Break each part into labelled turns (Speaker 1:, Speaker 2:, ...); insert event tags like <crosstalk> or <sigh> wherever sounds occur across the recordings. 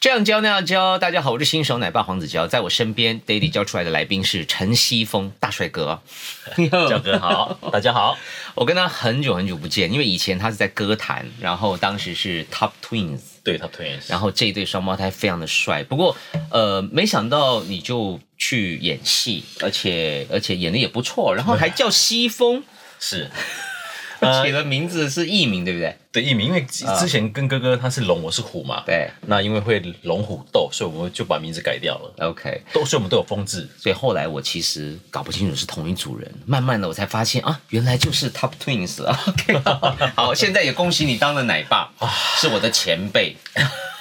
Speaker 1: 这样教那样教，大家好，我是新手奶爸黄子佼，在我身边 Daddy 教出来的来宾是陈西峰大帅哥，
Speaker 2: 教哥好， <laughs> 大家好，
Speaker 1: 我跟他很久很久不见，因为以前他是在歌坛，然后当时是 Top Twins，
Speaker 2: 对 Top Twins，
Speaker 1: 然后这一对双胞胎非常的帅，不过呃，没想到你就去演戏，而且而且演的也不错，然后还叫西风，
Speaker 2: 是
Speaker 1: 起的名字是艺名，对不对？
Speaker 2: 对艺名，因为之之前跟哥哥他是龙，我是虎嘛，
Speaker 1: 对
Speaker 2: 那因为会龙虎斗，所以我们就把名字改掉了，
Speaker 1: ，OK。
Speaker 2: 斗，所以我们都有风字，
Speaker 1: 所以后来我其实搞不清楚是同一组人，慢慢的我才发现啊，原来就是 Top Twins 啊。OK，好好，现在也恭喜你当了奶爸，是我的前辈，，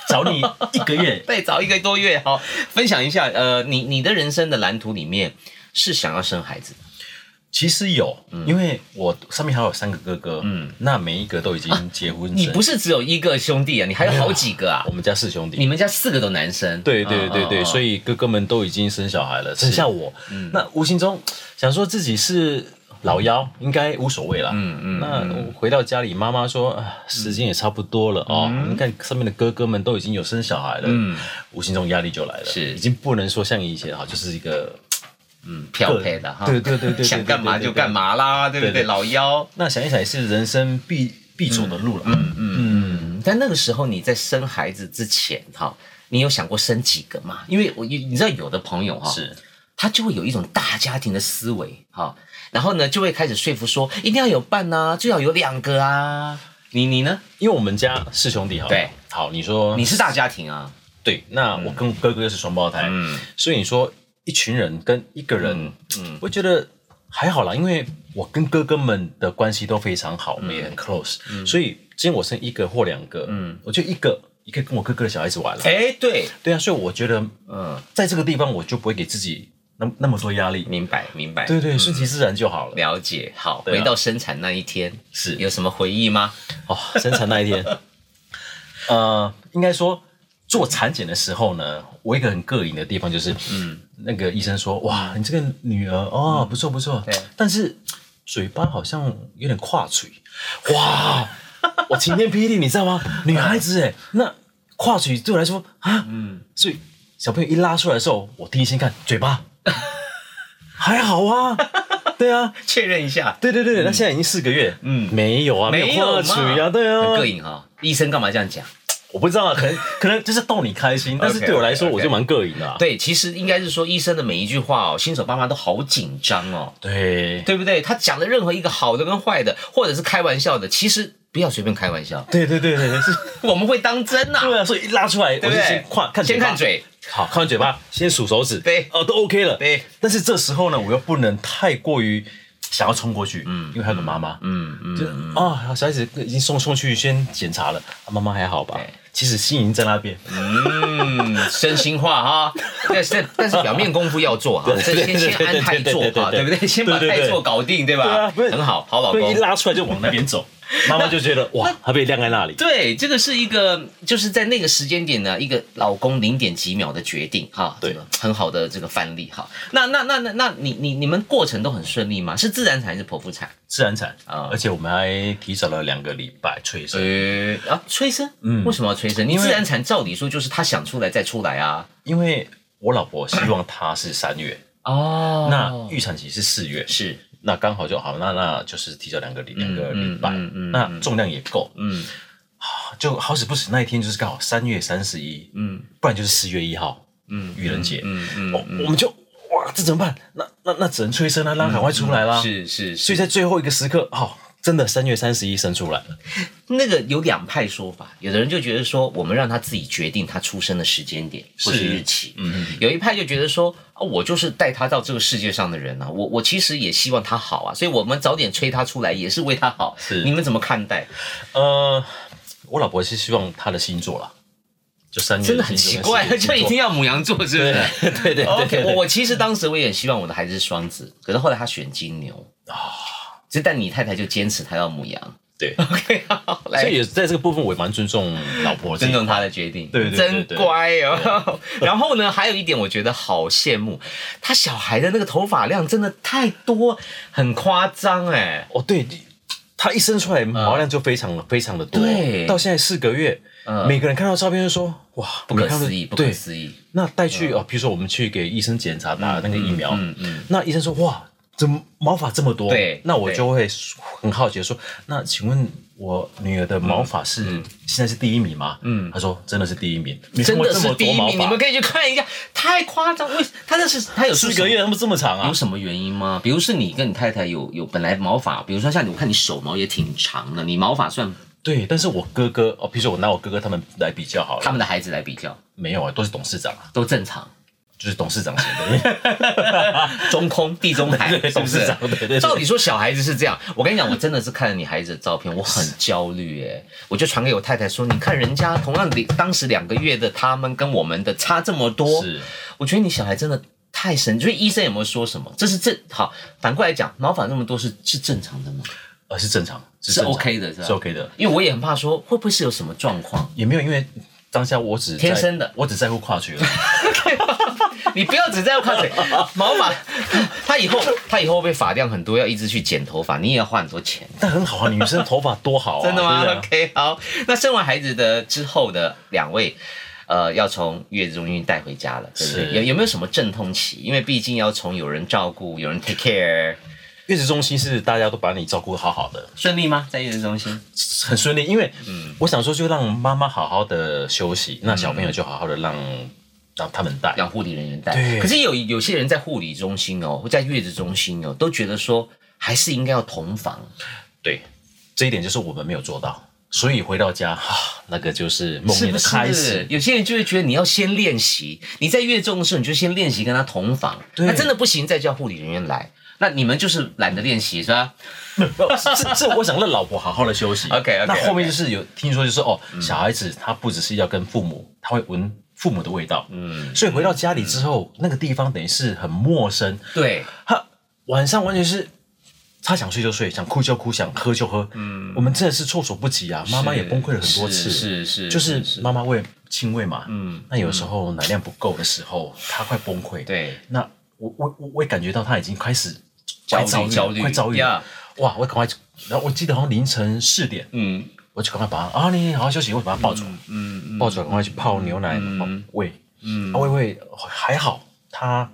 Speaker 2: 找你一个月
Speaker 1: 再早一个多月。好，分享一下，呃，你你的人生的蓝图里面是想要生孩子，
Speaker 2: 其实有，
Speaker 1: 嗯
Speaker 2: 因为我上面还有三个哥哥，嗯，那每一个都已经结婚生，
Speaker 1: 啊你不是只有一个兄弟啊，你还有好几个啊
Speaker 2: 我，们家四兄弟，
Speaker 1: 你们家四个都男生，
Speaker 2: 对对对对，所
Speaker 1: 以
Speaker 2: 以哥哥们都已经生小孩了，剩下我。那无形中想说自己是老幺，应该无所谓啦。嗯嗯。那我回到家里，妈妈说啊时间也差不多了哦，你看上面的哥哥们都已经有生小孩了，嗯，无形中压力就来了，
Speaker 1: 是
Speaker 2: 已经不能说像以前哈，就是一个
Speaker 1: 漂配的哈，
Speaker 2: 对对对对对，
Speaker 1: 想干嘛就干
Speaker 2: 嘛。
Speaker 1: 嘛啦，对不
Speaker 2: 对
Speaker 1: 对？
Speaker 2: 对
Speaker 1: 老幺，
Speaker 2: 那想一想也是人生必必走的路了，嗯嗯，
Speaker 1: 嗯，但那个时候你在生孩子之前哈，你有想过生几个吗？因为我你你知道有的朋友哈，
Speaker 2: 是
Speaker 1: 他就会有一种大家庭的思维哈，然后呢就会开始说服说一定要有伴呐、最好有两个啊。你你呢？
Speaker 2: 因为我们家四兄弟哈，
Speaker 1: 对，
Speaker 2: 好，你说
Speaker 1: 你是大家庭啊，
Speaker 2: 对，那我跟哥哥是双胞胎，
Speaker 1: 嗯
Speaker 2: 所以你说一群人跟一个人，
Speaker 1: 嗯
Speaker 2: 我觉得还好啦，因为我跟哥哥们的关系都非常好，我们
Speaker 1: 嗯
Speaker 2: 也很 close，、所以之前我生一个或两个，嗯，我就一个，一个跟我哥哥的小孩子玩了，
Speaker 1: 哎，对，
Speaker 2: 对啊，所以我觉得
Speaker 1: 嗯，
Speaker 2: 在这个地方我就不会给自己那那么多压力，
Speaker 1: 明白明白，嗯
Speaker 2: 对对，顺其自然就好了。
Speaker 1: 了解。好，
Speaker 2: 对啊
Speaker 1: 回到生产那一天，
Speaker 2: 是
Speaker 1: 有什么回忆吗？
Speaker 2: 哦，生产那一天， <laughs> 呃，应该说做产检的时候呢，我一个很膈应的地方就是，嗯，那个医生说，哇，你这个女儿哦，不错不错
Speaker 1: 对，
Speaker 2: 但是嘴巴好像有点跨嘴，哇，我晴天霹雳，你知 <laughs> 道吗？女孩子哎，那跨嘴对我来说啊，嗯，所以小朋友一拉出来的时候，我第一先看嘴 <laughs> 巴，还好啊，对啊。
Speaker 1: 确认一下，
Speaker 2: 对对对，那现在已经四个月，
Speaker 1: 嗯
Speaker 2: 嗯，没有啊，
Speaker 1: 没
Speaker 2: 跨
Speaker 1: 有
Speaker 2: 嘴
Speaker 1: 嘛
Speaker 2: 啊，对啊，
Speaker 1: 很膈应哈。医生干嘛这样讲？
Speaker 2: 我不知道，可能可能就是逗你开心，但是对我来说
Speaker 1: OK，OK，OK
Speaker 2: 我就蛮膈应的啊。
Speaker 1: 对，其实应该是说医生的每一句话哦，新手爸妈都好紧张哦，
Speaker 2: 对
Speaker 1: 对不对？他讲的任何一个好的跟坏的，或者是开玩笑的，其实不要随便开玩笑，
Speaker 2: 对对对对对是，
Speaker 1: <laughs> 我们会当真呐、
Speaker 2: 对啊，所以一拉出来，
Speaker 1: 对不
Speaker 2: 我就
Speaker 1: 对？
Speaker 2: 先看看
Speaker 1: 先
Speaker 2: 巴
Speaker 1: 看，嘴，
Speaker 2: 好，看完嘴巴，先数手指，
Speaker 1: 对
Speaker 2: 哦，都 OK 了，
Speaker 1: 对。
Speaker 2: 但是这时候呢，我又不能太过于想要冲过去，嗯，因为还有个妈妈，
Speaker 1: 嗯嗯，
Speaker 2: 就啊，小孩子已经送送去先检查了，啊妈妈还好吧
Speaker 1: 对？
Speaker 2: 其实心已经在那边，
Speaker 1: 嗯，真心话
Speaker 2: <laughs>
Speaker 1: 哈，但是但是表面功夫要做哈，
Speaker 2: 对
Speaker 1: 这
Speaker 2: 对
Speaker 1: 先先
Speaker 2: 对
Speaker 1: 安泰做
Speaker 2: 对对
Speaker 1: 哈，对
Speaker 2: 对
Speaker 1: 不
Speaker 2: 对
Speaker 1: 对？先把
Speaker 2: 对对
Speaker 1: 泰
Speaker 2: 对
Speaker 1: 做搞定，对吧？
Speaker 2: 对啊，不是
Speaker 1: 很好，好老
Speaker 2: 对
Speaker 1: 公
Speaker 2: 一。拉出来就往那
Speaker 1: <laughs>
Speaker 2: 边走，妈妈就觉得哇，她被晾在那里，
Speaker 1: 对，这个是一个，就是在那个时间点呢，一个老公零点几秒的决定哈，
Speaker 2: 对
Speaker 1: 这个很好的这个范例哈。那那那那那你你你们过程都很顺利吗？是自然产还是剖腹产？
Speaker 2: 自然产
Speaker 1: 啊
Speaker 2: 而且我们还提早了两个礼拜催生。
Speaker 1: 呃啊，催生，嗯，
Speaker 2: 嗯
Speaker 1: 为什么要催生？你
Speaker 2: 为
Speaker 1: 自然产照理说就是他想出来再出来啊。
Speaker 2: 因为我老婆希望她是三月，
Speaker 1: 哦
Speaker 2: 那预产期是四月，
Speaker 1: 是
Speaker 2: 那刚好就好，那那就是提早两个礼两个礼拜，
Speaker 1: 嗯嗯嗯
Speaker 2: 那重量也够，啊
Speaker 1: 嗯
Speaker 2: 就好死不死那一天就是刚好三月三十一，
Speaker 1: 嗯
Speaker 2: 不然就是四月一号，
Speaker 1: 嗯
Speaker 2: 愚人节，
Speaker 1: 嗯嗯嗯
Speaker 2: 哦，我们就哇，这怎么办？那那那只能催生啊，让她赶快出来啦。
Speaker 1: 是是
Speaker 2: 所以
Speaker 1: 是，
Speaker 2: 在最后一个时刻，哦，真的三月三十一生出来了，
Speaker 1: 那个有两派说法，有的人就觉得说我们让他自己决定他出生的时间点或是
Speaker 2: 是
Speaker 1: 日期，有一派就觉得说啊，我就是带他到这个世界上的人啊，我我其实也希望他好啊，所以我们早点催他出来也是为他好。
Speaker 2: 是
Speaker 1: 你们怎么看待？
Speaker 2: 呃，我老婆是希望她的星座啦，就三月
Speaker 1: 真的很奇
Speaker 2: 星座
Speaker 1: 怪，
Speaker 2: 跟四月
Speaker 1: 就
Speaker 2: <laughs> 星
Speaker 1: 一
Speaker 2: 座
Speaker 1: 定要母羊座是不是？
Speaker 2: 对对对对
Speaker 1: OK，
Speaker 2: 对
Speaker 1: 我我其实当时我也希望我的孩子是双子，可是后来他选金牛啊，这、但你太太就坚持她要母羊。
Speaker 2: <laughs> 对。啊
Speaker 1: OK，好，
Speaker 2: 所
Speaker 1: <laughs> 来
Speaker 2: 以也在这个部分，我也蛮尊重老婆这一
Speaker 1: 尊重
Speaker 2: 块，
Speaker 1: 她的决定，
Speaker 2: 对对对
Speaker 1: 真
Speaker 2: 对
Speaker 1: 乖哦。 <laughs> 然后呢，还有一点我觉得好羡慕，他小孩的那个头发量真的太多，很夸张哎。
Speaker 2: 哦，对，他一生出来毛量就非常的非常的多，
Speaker 1: 对
Speaker 2: 到现在四个月，
Speaker 1: 嗯
Speaker 2: 每个人看到照片就说哇，
Speaker 1: 不可
Speaker 2: 你看到
Speaker 1: 思议，不可
Speaker 2: 对，
Speaker 1: 思议。
Speaker 2: 那带去哦，比如说我们去给医生检查打那个疫苗，
Speaker 1: 嗯嗯，
Speaker 2: 那医生说哇，怎么毛发这么多？
Speaker 1: 对
Speaker 2: 那我就会很好奇地说，那请问我女儿的毛发是、现在是第一名吗？嗯，他说真的是第一名，你看
Speaker 1: 嗯真
Speaker 2: 过
Speaker 1: 的
Speaker 2: 这
Speaker 1: 是
Speaker 2: 么
Speaker 1: 第
Speaker 2: 多
Speaker 1: 一
Speaker 2: 毛
Speaker 1: 名，你们
Speaker 2: 发，
Speaker 1: 可以去看一下，太夸张。为他这是他有
Speaker 2: 四个月他们这么长啊
Speaker 1: 有？什么原因吗？比如是你跟你太太有有本来毛发，比如说像你，我看你手毛也挺长的，你毛发算
Speaker 2: 对，但是我哥哥哦，比如说我拿我哥哥他们来比较好了，
Speaker 1: 他们的孩子来比较
Speaker 2: 没有啊，都是董事长啊，
Speaker 1: 都正常，
Speaker 2: 就是董事长型
Speaker 1: <laughs>
Speaker 2: 的，
Speaker 1: 中 <laughs> 空地中海，
Speaker 2: <laughs> 对
Speaker 1: 是不是
Speaker 2: 董事长对对对
Speaker 1: 照理说小孩子是这样，我跟你讲，我真的是看了你孩子的照片，我很焦虑哎，我就传给我太太说，你看人家同样的当时两个月的他们跟我们的差这么多，
Speaker 2: 是
Speaker 1: 我觉得你小孩真的太神，所以医生有没有说什么？这是正好，反过来讲，毛发那么多是是正常的吗？
Speaker 2: 呃是正常，是
Speaker 1: 是
Speaker 2: 正常
Speaker 1: OK 的是啊吧
Speaker 2: 是 OK 的，
Speaker 1: 因为我也很怕说会不会是有什么状况。
Speaker 2: 也没有因为当下我只在
Speaker 1: 天生的
Speaker 2: 我只在乎跨区了。
Speaker 1: 你不要只在乎 <laughs> 看水，毛发，他以后他以后会被发量很多，要一直去剪头发，你也要花很多钱，
Speaker 2: 但很好啊，女生的头发多好
Speaker 1: <laughs>
Speaker 2: 啊！
Speaker 1: 真的吗、
Speaker 2: 对
Speaker 1: o
Speaker 2: 不对
Speaker 1: k 好，那生完孩子的之后的两位，呃，要从月子中心带回家了，对不对？
Speaker 2: 是
Speaker 1: 有有没有什么阵痛期？因为毕竟要从有人照顾，有人 take care，
Speaker 2: 月子中心是大家都把你照顾好好的，
Speaker 1: 顺利吗？在月子中心？
Speaker 2: 很顺利。因为
Speaker 1: 嗯
Speaker 2: 我想说，就让妈妈好好的休息，那小朋友就好好的让让他们带。
Speaker 1: 让护理人员带。
Speaker 2: 对
Speaker 1: 可是有有些人在护理中心哦，或在月子中心哦，都觉得说还是应该要同房，
Speaker 2: 对，这一点就是我们没有做到，所以回到家啊，那个就是梦
Speaker 1: 是
Speaker 2: 魇
Speaker 1: 不
Speaker 2: 的
Speaker 1: 是？
Speaker 2: 开始。
Speaker 1: 有些人就会觉得你要先练习，你在越重的时候你就先练习跟他同房，
Speaker 2: 对
Speaker 1: 那真的不行再叫护理人员来。那你们就是懒得练习是吧？
Speaker 2: 这这，我想让老婆好好的休息。
Speaker 1: OK，OK，OK
Speaker 2: 那后面就是有听说，就是哦，小孩子他不只是要跟父母，他会闻父母的味道。嗯，所以回到家里之后，那个地方等于是很陌生。
Speaker 1: 对，
Speaker 2: 他晚上完全是他想睡就睡，想哭就哭，想喝就喝。嗯，我们真的是措手不及啊！妈妈也崩溃了很多次，
Speaker 1: 是是是
Speaker 2: 就是妈妈喂亲喂嘛。嗯，那有时候奶量不够的时候，她快崩溃。，
Speaker 1: 对，
Speaker 2: 那我我我我也感觉到她已经开始
Speaker 1: 焦虑
Speaker 2: 快躁郁了
Speaker 1: 焦虑
Speaker 2: 快躁郁了。哇！我赶快，然后我记得好像凌晨四点，
Speaker 1: 嗯
Speaker 2: 我就赶快把她啊，你好好休息，我把她抱走，
Speaker 1: 嗯
Speaker 2: 抱走，赶快去泡牛奶哦喂。嗯，喂喂，还好，她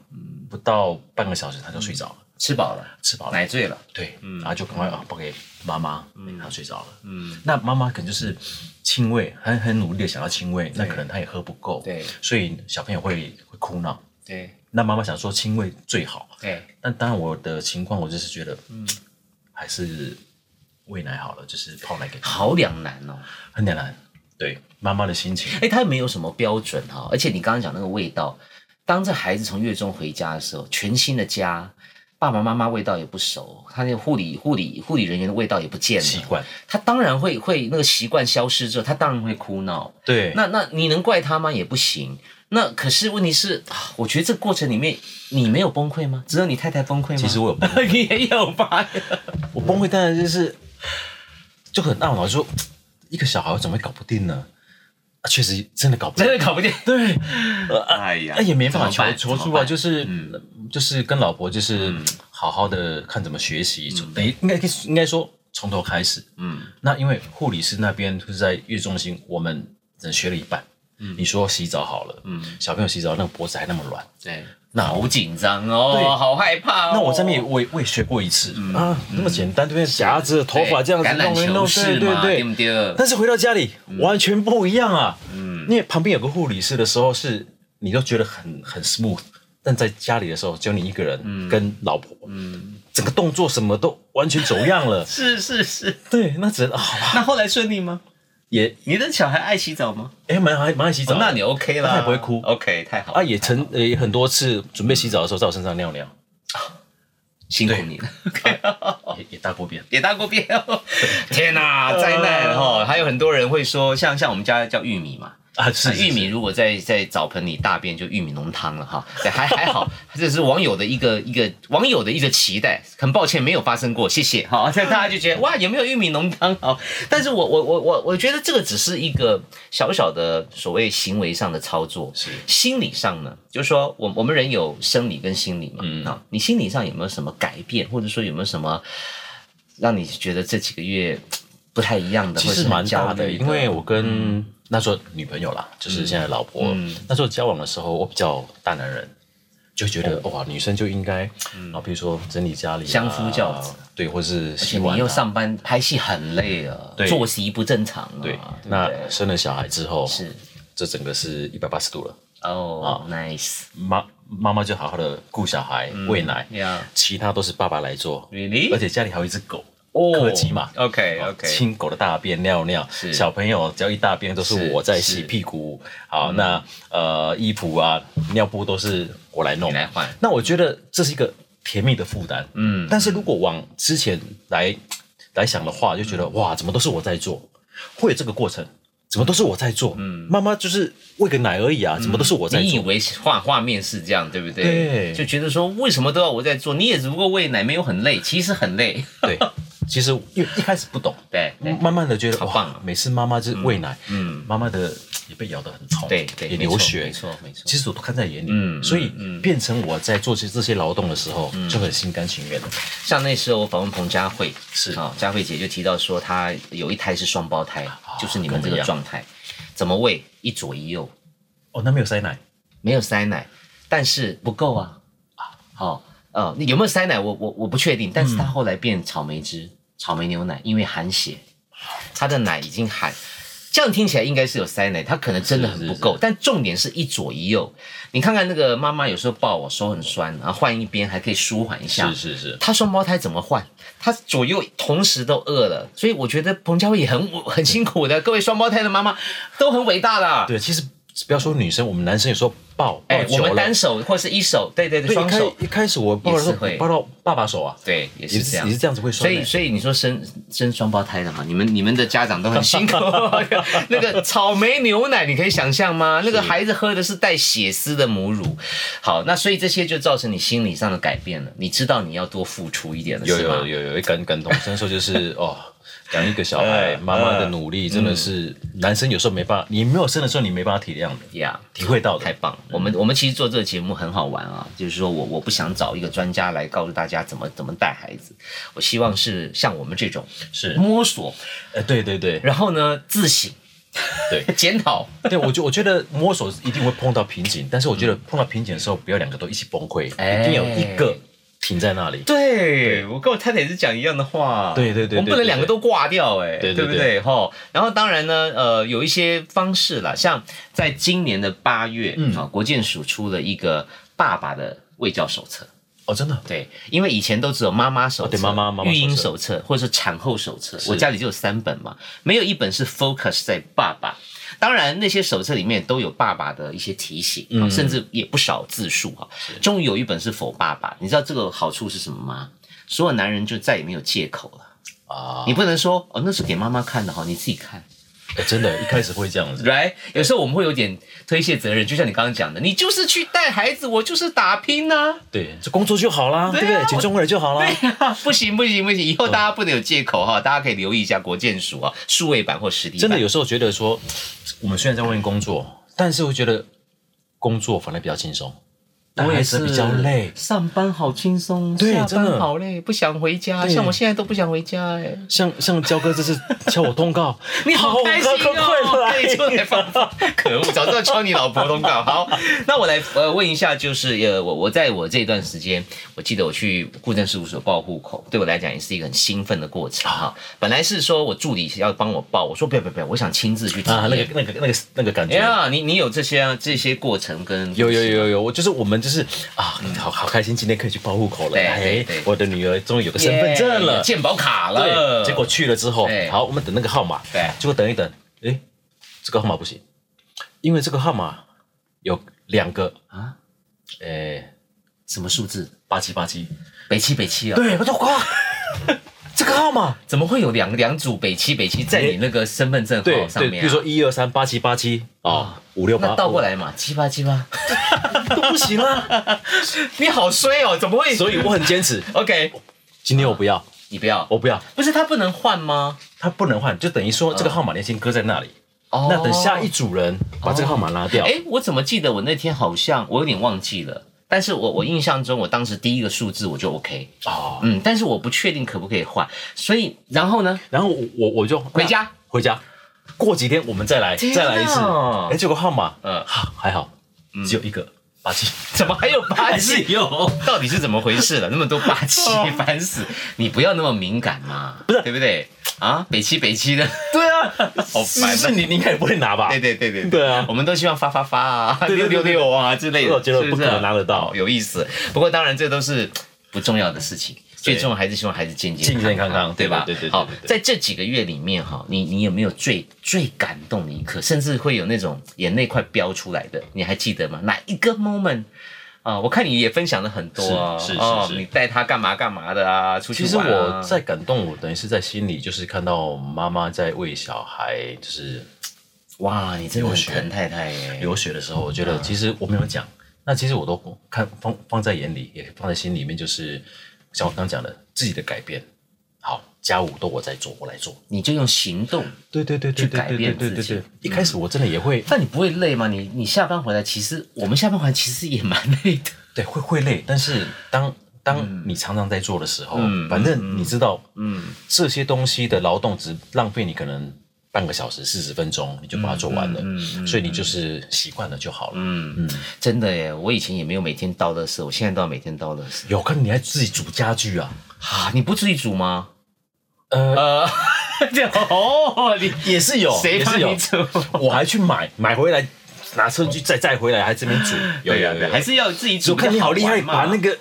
Speaker 2: 不到半个小时她就睡着了。
Speaker 1: 吃饱了，
Speaker 2: 吃饱了，
Speaker 1: 奶醉了，
Speaker 2: 对，然后就赶快啊抱给妈妈，然后睡着了。嗯，那妈妈可能就是亲喂，很很努力的想要亲喂，那可能她也喝不够，
Speaker 1: 对，
Speaker 2: 所以小朋友会会哭闹。
Speaker 1: 对
Speaker 2: 那妈妈想说亲喂最好，
Speaker 1: 对，
Speaker 2: 但当然我的情况我就是觉得，嗯，还是喂奶好了，就是泡奶给她，
Speaker 1: 好两难哦。
Speaker 2: 很两难。对妈妈的心情，
Speaker 1: 哎，它没有什么标准哈、而且你刚刚讲那个味道，当这孩子从月中回家的时候，全新的家，爸爸妈妈味道也不熟，他那个护理护理护理人员的味道也不见
Speaker 2: 习
Speaker 1: 了，
Speaker 2: 惯，
Speaker 1: 他当然会会那个习惯消失之后，他当然会哭闹。
Speaker 2: 对，
Speaker 1: 那那你能怪他吗？也不行。那可是问题是，啊我觉得这过程里面你没有崩溃吗？只有你太太崩溃吗？
Speaker 2: 其实我有崩
Speaker 1: 你 <laughs> 也有吧。
Speaker 2: 我崩溃，当然就是就很懊恼，就说一个小孩怎么会搞不定呢？啊，确实真的搞不定，
Speaker 1: 真的搞不定
Speaker 2: 对，
Speaker 1: 哎呀
Speaker 2: 哎也没办
Speaker 1: 怎
Speaker 2: 法
Speaker 1: 么
Speaker 2: 求
Speaker 1: 办
Speaker 2: 求
Speaker 1: 怎
Speaker 2: 助
Speaker 1: 么
Speaker 2: 啊，
Speaker 1: 办嗯
Speaker 2: 就是、就是跟老婆就是好好的看怎么学习，等于应该应该说从头开始。
Speaker 1: 嗯，
Speaker 2: 那因为护理师那边就是在月中心，我们只学了一半。嗯，你说洗澡好了，嗯，小朋友洗澡那个脖子还那么软，
Speaker 1: 对，
Speaker 2: 那
Speaker 1: 好紧张
Speaker 2: 对
Speaker 1: 哦，好害怕哦。
Speaker 2: 那我这边也我也我也学过一次、啊，那么简单，对不对？夹着头发这样
Speaker 1: 嗯
Speaker 2: 子
Speaker 1: 啊对橄
Speaker 2: 弄一
Speaker 1: 榄球
Speaker 2: 弄，对
Speaker 1: 式
Speaker 2: 对
Speaker 1: 嘛，
Speaker 2: 对
Speaker 1: 对不对？，
Speaker 2: 但是回到家里、完全不一样啊，嗯，因为旁边有个护理师的时候是你都觉得很很 smooth，但在家里的时候只有你一个人、跟老婆，嗯，整个动作什么都完全走样了
Speaker 1: <laughs> 是是是。
Speaker 2: 对，那只能啊，好吧
Speaker 1: 那后来顺利吗？
Speaker 2: 也
Speaker 1: 你的小孩爱洗澡吗？
Speaker 2: 哎蛮爱蛮爱洗澡
Speaker 1: 哦
Speaker 2: 的，
Speaker 1: 那你 OK 啦，
Speaker 2: 他也不会哭
Speaker 1: OK，太好了
Speaker 2: 啊，也曾也很多次准备洗澡的时候在我身上尿尿，
Speaker 1: 辛苦你了。哦
Speaker 2: 也也大过便，
Speaker 1: 也大过便哦！ <laughs> 天 <laughs> 哪，灾难哦！还有很多人会说，像像我们家叫玉米嘛，
Speaker 2: 啊，是
Speaker 1: 那玉米如果在在澡盆里大便，就玉米浓汤了哈。对，还还好，这是网友的一个一个网友的一个期待，很抱歉没有发生过，谢谢哈。 <laughs> 这大家就觉得哇，有没有玉米浓汤啊？但是我我我我我觉得这个只是一个小小的所谓行为上的操作，
Speaker 2: 是
Speaker 1: 心理上呢，就是说我我们人
Speaker 2: 嗯
Speaker 1: 有生理跟心理嘛，啊、你心理上有没有什么改变，或者说有没有什么？让你觉得这几个月不太一样的，
Speaker 2: 其
Speaker 1: 或者
Speaker 2: 实
Speaker 1: 是很
Speaker 2: 蛮
Speaker 1: 焦
Speaker 2: 大
Speaker 1: 虑
Speaker 2: 的，因为我跟那时候女朋友啦，就是现在老婆
Speaker 1: 嗯，
Speaker 2: 那时候交往的时候，我比较大男人，就觉得哇，女生就应该啊，比如说整理家里啊，
Speaker 1: 哦嗯相夫教子
Speaker 2: 对，或是
Speaker 1: 而且
Speaker 2: 洗碗
Speaker 1: 你
Speaker 2: 啊
Speaker 1: 又上班拍戏很累啊，
Speaker 2: 对
Speaker 1: 作息不正常啊，
Speaker 2: 对
Speaker 1: 不，
Speaker 2: 那生了小孩之后，
Speaker 1: 是
Speaker 2: 这整个是一百八十度了。
Speaker 1: 哦，nice，
Speaker 2: 妈妈妈就好好的顾小孩、喂奶，
Speaker 1: 嗯 yeah
Speaker 2: 其他都是爸爸来做。
Speaker 1: Really？
Speaker 2: 而且家里还有一只狗，
Speaker 1: 哦
Speaker 2: 柯基嘛。
Speaker 1: ，OK
Speaker 2: 啊
Speaker 1: OK，
Speaker 2: 清狗的大便、尿尿，
Speaker 1: 是
Speaker 2: 小朋友只要一大便都
Speaker 1: 是
Speaker 2: 是我在
Speaker 1: 是嗯
Speaker 2: 洗屁股。好，那呃衣服啊、尿布都是我来弄
Speaker 1: 你。来换，
Speaker 2: 那我觉得这是一个甜蜜的负担。
Speaker 1: 嗯，
Speaker 2: 但是如果往之前来来想的话，就觉得
Speaker 1: 嗯
Speaker 2: 哇，怎么都是我在做，会有这个过程，怎么都是我在做。嗯，妈妈就是喂个奶而已啊，怎么都是我在
Speaker 1: 嗯你以
Speaker 2: 做。
Speaker 1: 为画画面是这样，对不对？
Speaker 2: 对
Speaker 1: 就觉得说为什么都要我在做？你也只不过喂奶，没有很累，其实很累。
Speaker 2: 对，其实因为一开始不懂，
Speaker 1: 对 <laughs> 对
Speaker 2: 慢慢的觉得
Speaker 1: 好棒
Speaker 2: 哇
Speaker 1: 啊，
Speaker 2: 每次妈妈就是喂奶，
Speaker 1: 嗯
Speaker 2: 嗯，妈妈的也被咬得很痛，
Speaker 1: 对对，
Speaker 2: 也
Speaker 1: 没错
Speaker 2: 流血，
Speaker 1: 没错没错。
Speaker 2: 其实我都看在眼里，
Speaker 1: 嗯
Speaker 2: 所以变成我在做这这些劳动的时候，就很心甘情愿的。
Speaker 1: 像那时候我访问彭佳慧，
Speaker 2: 是
Speaker 1: 啊，佳慧姐就提到说她有一胎是双胞胎，就是你们这
Speaker 2: 哦跟我一
Speaker 1: 个
Speaker 2: 样
Speaker 1: 状态，怎么喂一左一右，
Speaker 2: 哦，那没有塞奶，
Speaker 1: 没有塞奶，但是不够啊。好、呃，有没有塞奶我我我不确定，但是他后来变草莓汁、草莓牛奶，因为含血，他的奶已经含。这样听起来应该是有塞奶，他可能真的很不够，但重点是一左一右。你看看那个妈妈有时候抱我手很酸，然后换一边还可以舒缓一下。
Speaker 2: 是是，
Speaker 1: 他双胞胎怎么换？他左右同时都饿了，所以我觉得彭佳慧也很很辛苦的。各位双胞胎的妈妈都很伟大啊啦。
Speaker 2: 对，其实不要说女生，我们男生有时候抱抱
Speaker 1: 哎，我
Speaker 2: 哦久
Speaker 1: 们
Speaker 2: 了，
Speaker 1: 单手或是一手，对对对，
Speaker 2: 对，一
Speaker 1: 双
Speaker 2: 开
Speaker 1: 手，
Speaker 2: 一开始我抱的时
Speaker 1: 也是
Speaker 2: 候
Speaker 1: 会
Speaker 2: 抱到爸爸手啊，
Speaker 1: 对，也
Speaker 2: 也
Speaker 1: 是这
Speaker 2: 是
Speaker 1: 样
Speaker 2: 也是。这样子会
Speaker 1: 所
Speaker 2: 酸
Speaker 1: 以，
Speaker 2: 奶。
Speaker 1: 所以你说生生双胞胎的嘛，你们你们的家长都很
Speaker 2: <laughs>
Speaker 1: 辛苦。那个草莓牛奶，你可以想象吗？那个孩子喝的是带血丝的母乳。好，那所以这些就造成你心理上的改变了。你知道你要多付出一点了，
Speaker 2: 有
Speaker 1: 是吗？
Speaker 2: 有有有一感感同身受，就是哦，养一个小 <laughs> 孩，
Speaker 1: 嗯
Speaker 2: 妈妈的努力真的是男生有时候没办法，你没有生的时候你没办法体谅的，
Speaker 1: 呀
Speaker 2: 体会到
Speaker 1: 太
Speaker 2: 的。
Speaker 1: 棒了！我们我们其实做这个节目很好玩啊，就是说我我不想找一个专家来告诉大家怎么怎么带孩子，我希望是像我们这种
Speaker 2: 是
Speaker 1: 摸索，
Speaker 2: 呃，对对对
Speaker 1: 然后呢自省、
Speaker 2: <laughs> 对
Speaker 1: 检讨。
Speaker 2: 对，我觉我觉得摸索一定会碰到瓶颈，但是我觉得碰到瓶颈的时候，不要两个都一起崩溃，
Speaker 1: 哎
Speaker 2: 一定有一个停在那里。
Speaker 1: 对我跟我太太也是讲一样的话，
Speaker 2: 对对对对
Speaker 1: 我们不能两个都挂掉、哎，
Speaker 2: 对
Speaker 1: 对
Speaker 2: 对
Speaker 1: 不对？哈，然后当然呢，呃，有一些方式啦，像在今年的八月，嗯啊，国健署出了一个爸爸的卫教手册。
Speaker 2: 哦，真的，
Speaker 1: 对，因为以前都只有妈妈手册、
Speaker 2: 哦对妈妈妈妈
Speaker 1: 育婴手
Speaker 2: 手
Speaker 1: 册或者是产后手册，我家里就有三本嘛，没有一本是 focus 在爸爸。当然，那些手册里面都有爸爸的一些提醒，啊
Speaker 2: 嗯
Speaker 1: 甚至也不少字数哈。终于有一本是否爸爸，你知道这个好处是什么吗？所有男人就再也没有借口了。
Speaker 2: 啊
Speaker 1: 你，不能说哦，那是给妈妈看的哈，你自己看。
Speaker 2: 哎真的，一开始会这样子。
Speaker 1: right？有时候我们会有点推卸责任，就像你刚刚讲的，你就是去带孩子，我就是打拼啊呐、
Speaker 2: 对，这工作就好啦，对
Speaker 1: 啊
Speaker 2: 不对？钱赚回来就好啦。
Speaker 1: <laughs> 不行不行不行，以
Speaker 2: 嗯
Speaker 1: 后大家不能有借口哈，大家可以留意一下国建署啊，数位版或实体版。
Speaker 2: <laughs> 真的有时候觉得说，我们虽然在外面工作，但是会觉得工作反而比较轻松，带孩子比较累。
Speaker 1: 上班好轻松，
Speaker 2: 对
Speaker 1: 下
Speaker 2: 真
Speaker 1: 班
Speaker 2: 的
Speaker 1: 好累，不想回家。
Speaker 2: 对
Speaker 1: 像我现在都不想回家哎、
Speaker 2: 像像焦哥这次敲我通告，
Speaker 1: <laughs> 你好开心
Speaker 2: 快快
Speaker 1: 哦，可以出
Speaker 2: 来！
Speaker 1: 来放放。可恶，早知道敲你老婆通告。
Speaker 2: <laughs>
Speaker 1: 好，那我来呃问一下，就是呃我我在我这段时间，我记得我去户政事务所报户口，对我来讲也是一个很兴奋的过程哈。本来是说我助理要帮我报，我说不要不要不要，我想亲自去体
Speaker 2: 啊，那
Speaker 1: 验
Speaker 2: 个。那个那个那个感
Speaker 1: 哎
Speaker 2: 觉。
Speaker 1: 呀，你你有这些、啊、这些过程跟
Speaker 2: 有有有有，我就是我们就是啊，好好开心，今天可以去报户口了。
Speaker 1: 对对
Speaker 2: 哎
Speaker 1: 对，
Speaker 2: 我的女儿终于有个身份证
Speaker 1: 耶
Speaker 2: 了
Speaker 1: 有。健保卡了。
Speaker 2: 对，结果去了之后
Speaker 1: 对，
Speaker 2: 好，我们等那个号码。
Speaker 1: 对
Speaker 2: 结果等一等，哎，这个号码不行，因为这个号码有两个
Speaker 1: 啊
Speaker 2: 啊，哎，
Speaker 1: 什么数字？
Speaker 2: 八七八七。
Speaker 1: 北七北七啊？
Speaker 2: 对，我就 <laughs> 哇，这个号码。
Speaker 1: 怎么会有两两组北七北七在你那个身份证
Speaker 2: 对
Speaker 1: 号上
Speaker 2: 对，哦比
Speaker 1: 面、啊？
Speaker 2: 如说一二三八七八七啊，五六八
Speaker 1: 那，倒过来嘛，七八七
Speaker 2: <laughs>
Speaker 1: 八。
Speaker 2: 都不行 <laughs> 啦。
Speaker 1: 你好衰哦，怎么会？
Speaker 2: 所以我很坚持，
Speaker 1: OK，
Speaker 2: 今天我不要，
Speaker 1: 你不要，
Speaker 2: 我不要，
Speaker 1: 不是他不能换吗？
Speaker 2: 它不能换，就等于说这个号码你要先搁在那里。
Speaker 1: 哦
Speaker 2: 那等下一组人把这个号码拉掉。
Speaker 1: 哎，我怎么记得我那天好像我有点忘记了，但是我我印象中，我当时第一个数字我就 OK，
Speaker 2: 哦。
Speaker 1: 嗯，但是我不确定可不可以换，所以然后呢，
Speaker 2: 然后我我我就
Speaker 1: 回家，
Speaker 2: 回家，过几天我们再来
Speaker 1: 天
Speaker 2: 再来一次
Speaker 1: 哪。
Speaker 2: 哎，结果号码
Speaker 1: 嗯
Speaker 2: 哈还好，只有一个八七。
Speaker 1: 怎么还有八
Speaker 2: <laughs> 还是
Speaker 1: 七？
Speaker 2: 有，
Speaker 1: 到底是怎么回事了？那么多八七
Speaker 2: <laughs> 哦，
Speaker 1: 烦死！你不要那么敏感嘛，不是对不对？啊，北七北七的，
Speaker 2: 对啊，
Speaker 1: 好烦啊
Speaker 2: 是是你你应该也不会拿
Speaker 1: <laughs>
Speaker 2: 吧？
Speaker 1: 对对对对
Speaker 2: 对啊
Speaker 1: 我们都希望发发发啊，
Speaker 2: 对
Speaker 1: 六
Speaker 2: 对对
Speaker 1: 六六啊之类的，
Speaker 2: 结果
Speaker 1: 是
Speaker 2: 不
Speaker 1: 是
Speaker 2: 可能拿啊得到
Speaker 1: 哦有意思。不过当然这都是不重要的事情，
Speaker 2: 对
Speaker 1: 最重要还是希望孩子健健
Speaker 2: 健健康康
Speaker 1: 对吧？
Speaker 2: 对对对对
Speaker 1: 好
Speaker 2: 对对，对
Speaker 1: 在这几个月里面哈，你你有没有最最感动的一刻，甚至会有那种眼泪快飙出来的？你还记得吗？哪一个 moment？啊、我看你也分享了很多啊，
Speaker 2: 是是是
Speaker 1: 哦
Speaker 2: 是
Speaker 1: 你带他干嘛干嘛的啊，出去
Speaker 2: 其实
Speaker 1: 玩啊、
Speaker 2: 我在感动，我等于是在心里，就是看到妈妈在为小孩就是
Speaker 1: 哇，你真的很
Speaker 2: 留学
Speaker 1: 疼太太耶，
Speaker 2: 流血的时候，我觉
Speaker 1: 嗯
Speaker 2: 得其实我没有讲，那其实我都看放放在眼里，也放在心里面，就是像我刚刚讲的自己的改变。好，家务都我在做，我来做。
Speaker 1: 你就用行动
Speaker 2: 对对对
Speaker 1: 对对对对对对
Speaker 2: 一开始我真的也会，
Speaker 1: 但你不会累吗？你你下班回来，其实我们下班回来其实也蛮 <laughs> 累的。
Speaker 2: 对会会累，但是当当你常常在做的时候，
Speaker 1: 嗯
Speaker 2: 反正你知道，
Speaker 1: 嗯，
Speaker 2: 这些东西的劳动只浪费你可能半个小时、四十分钟，你就把它做完了，
Speaker 1: 嗯嗯嗯嗯
Speaker 2: 所以你就是习惯了就好了。
Speaker 1: 嗯，真的耶，我以前也没有每天倒垃圾，我现在都要每天倒垃圾。
Speaker 2: 有看你还自己煮家具啊？
Speaker 1: 啊，你不自己煮吗？
Speaker 2: 呃，
Speaker 1: 呃， <laughs> 这样哦，你
Speaker 2: 也是有，
Speaker 1: 谁
Speaker 2: 也
Speaker 1: 帮
Speaker 2: 是有
Speaker 1: 你。煮？
Speaker 2: 我还去买，买回来拿车去再再回来，还这边煮。有
Speaker 1: 对呀、啊
Speaker 2: 有
Speaker 1: 对，
Speaker 2: 有
Speaker 1: 还是要自己煮。
Speaker 2: 我看你好厉害，
Speaker 1: 比较玩
Speaker 2: 把
Speaker 1: 嘛
Speaker 2: 那个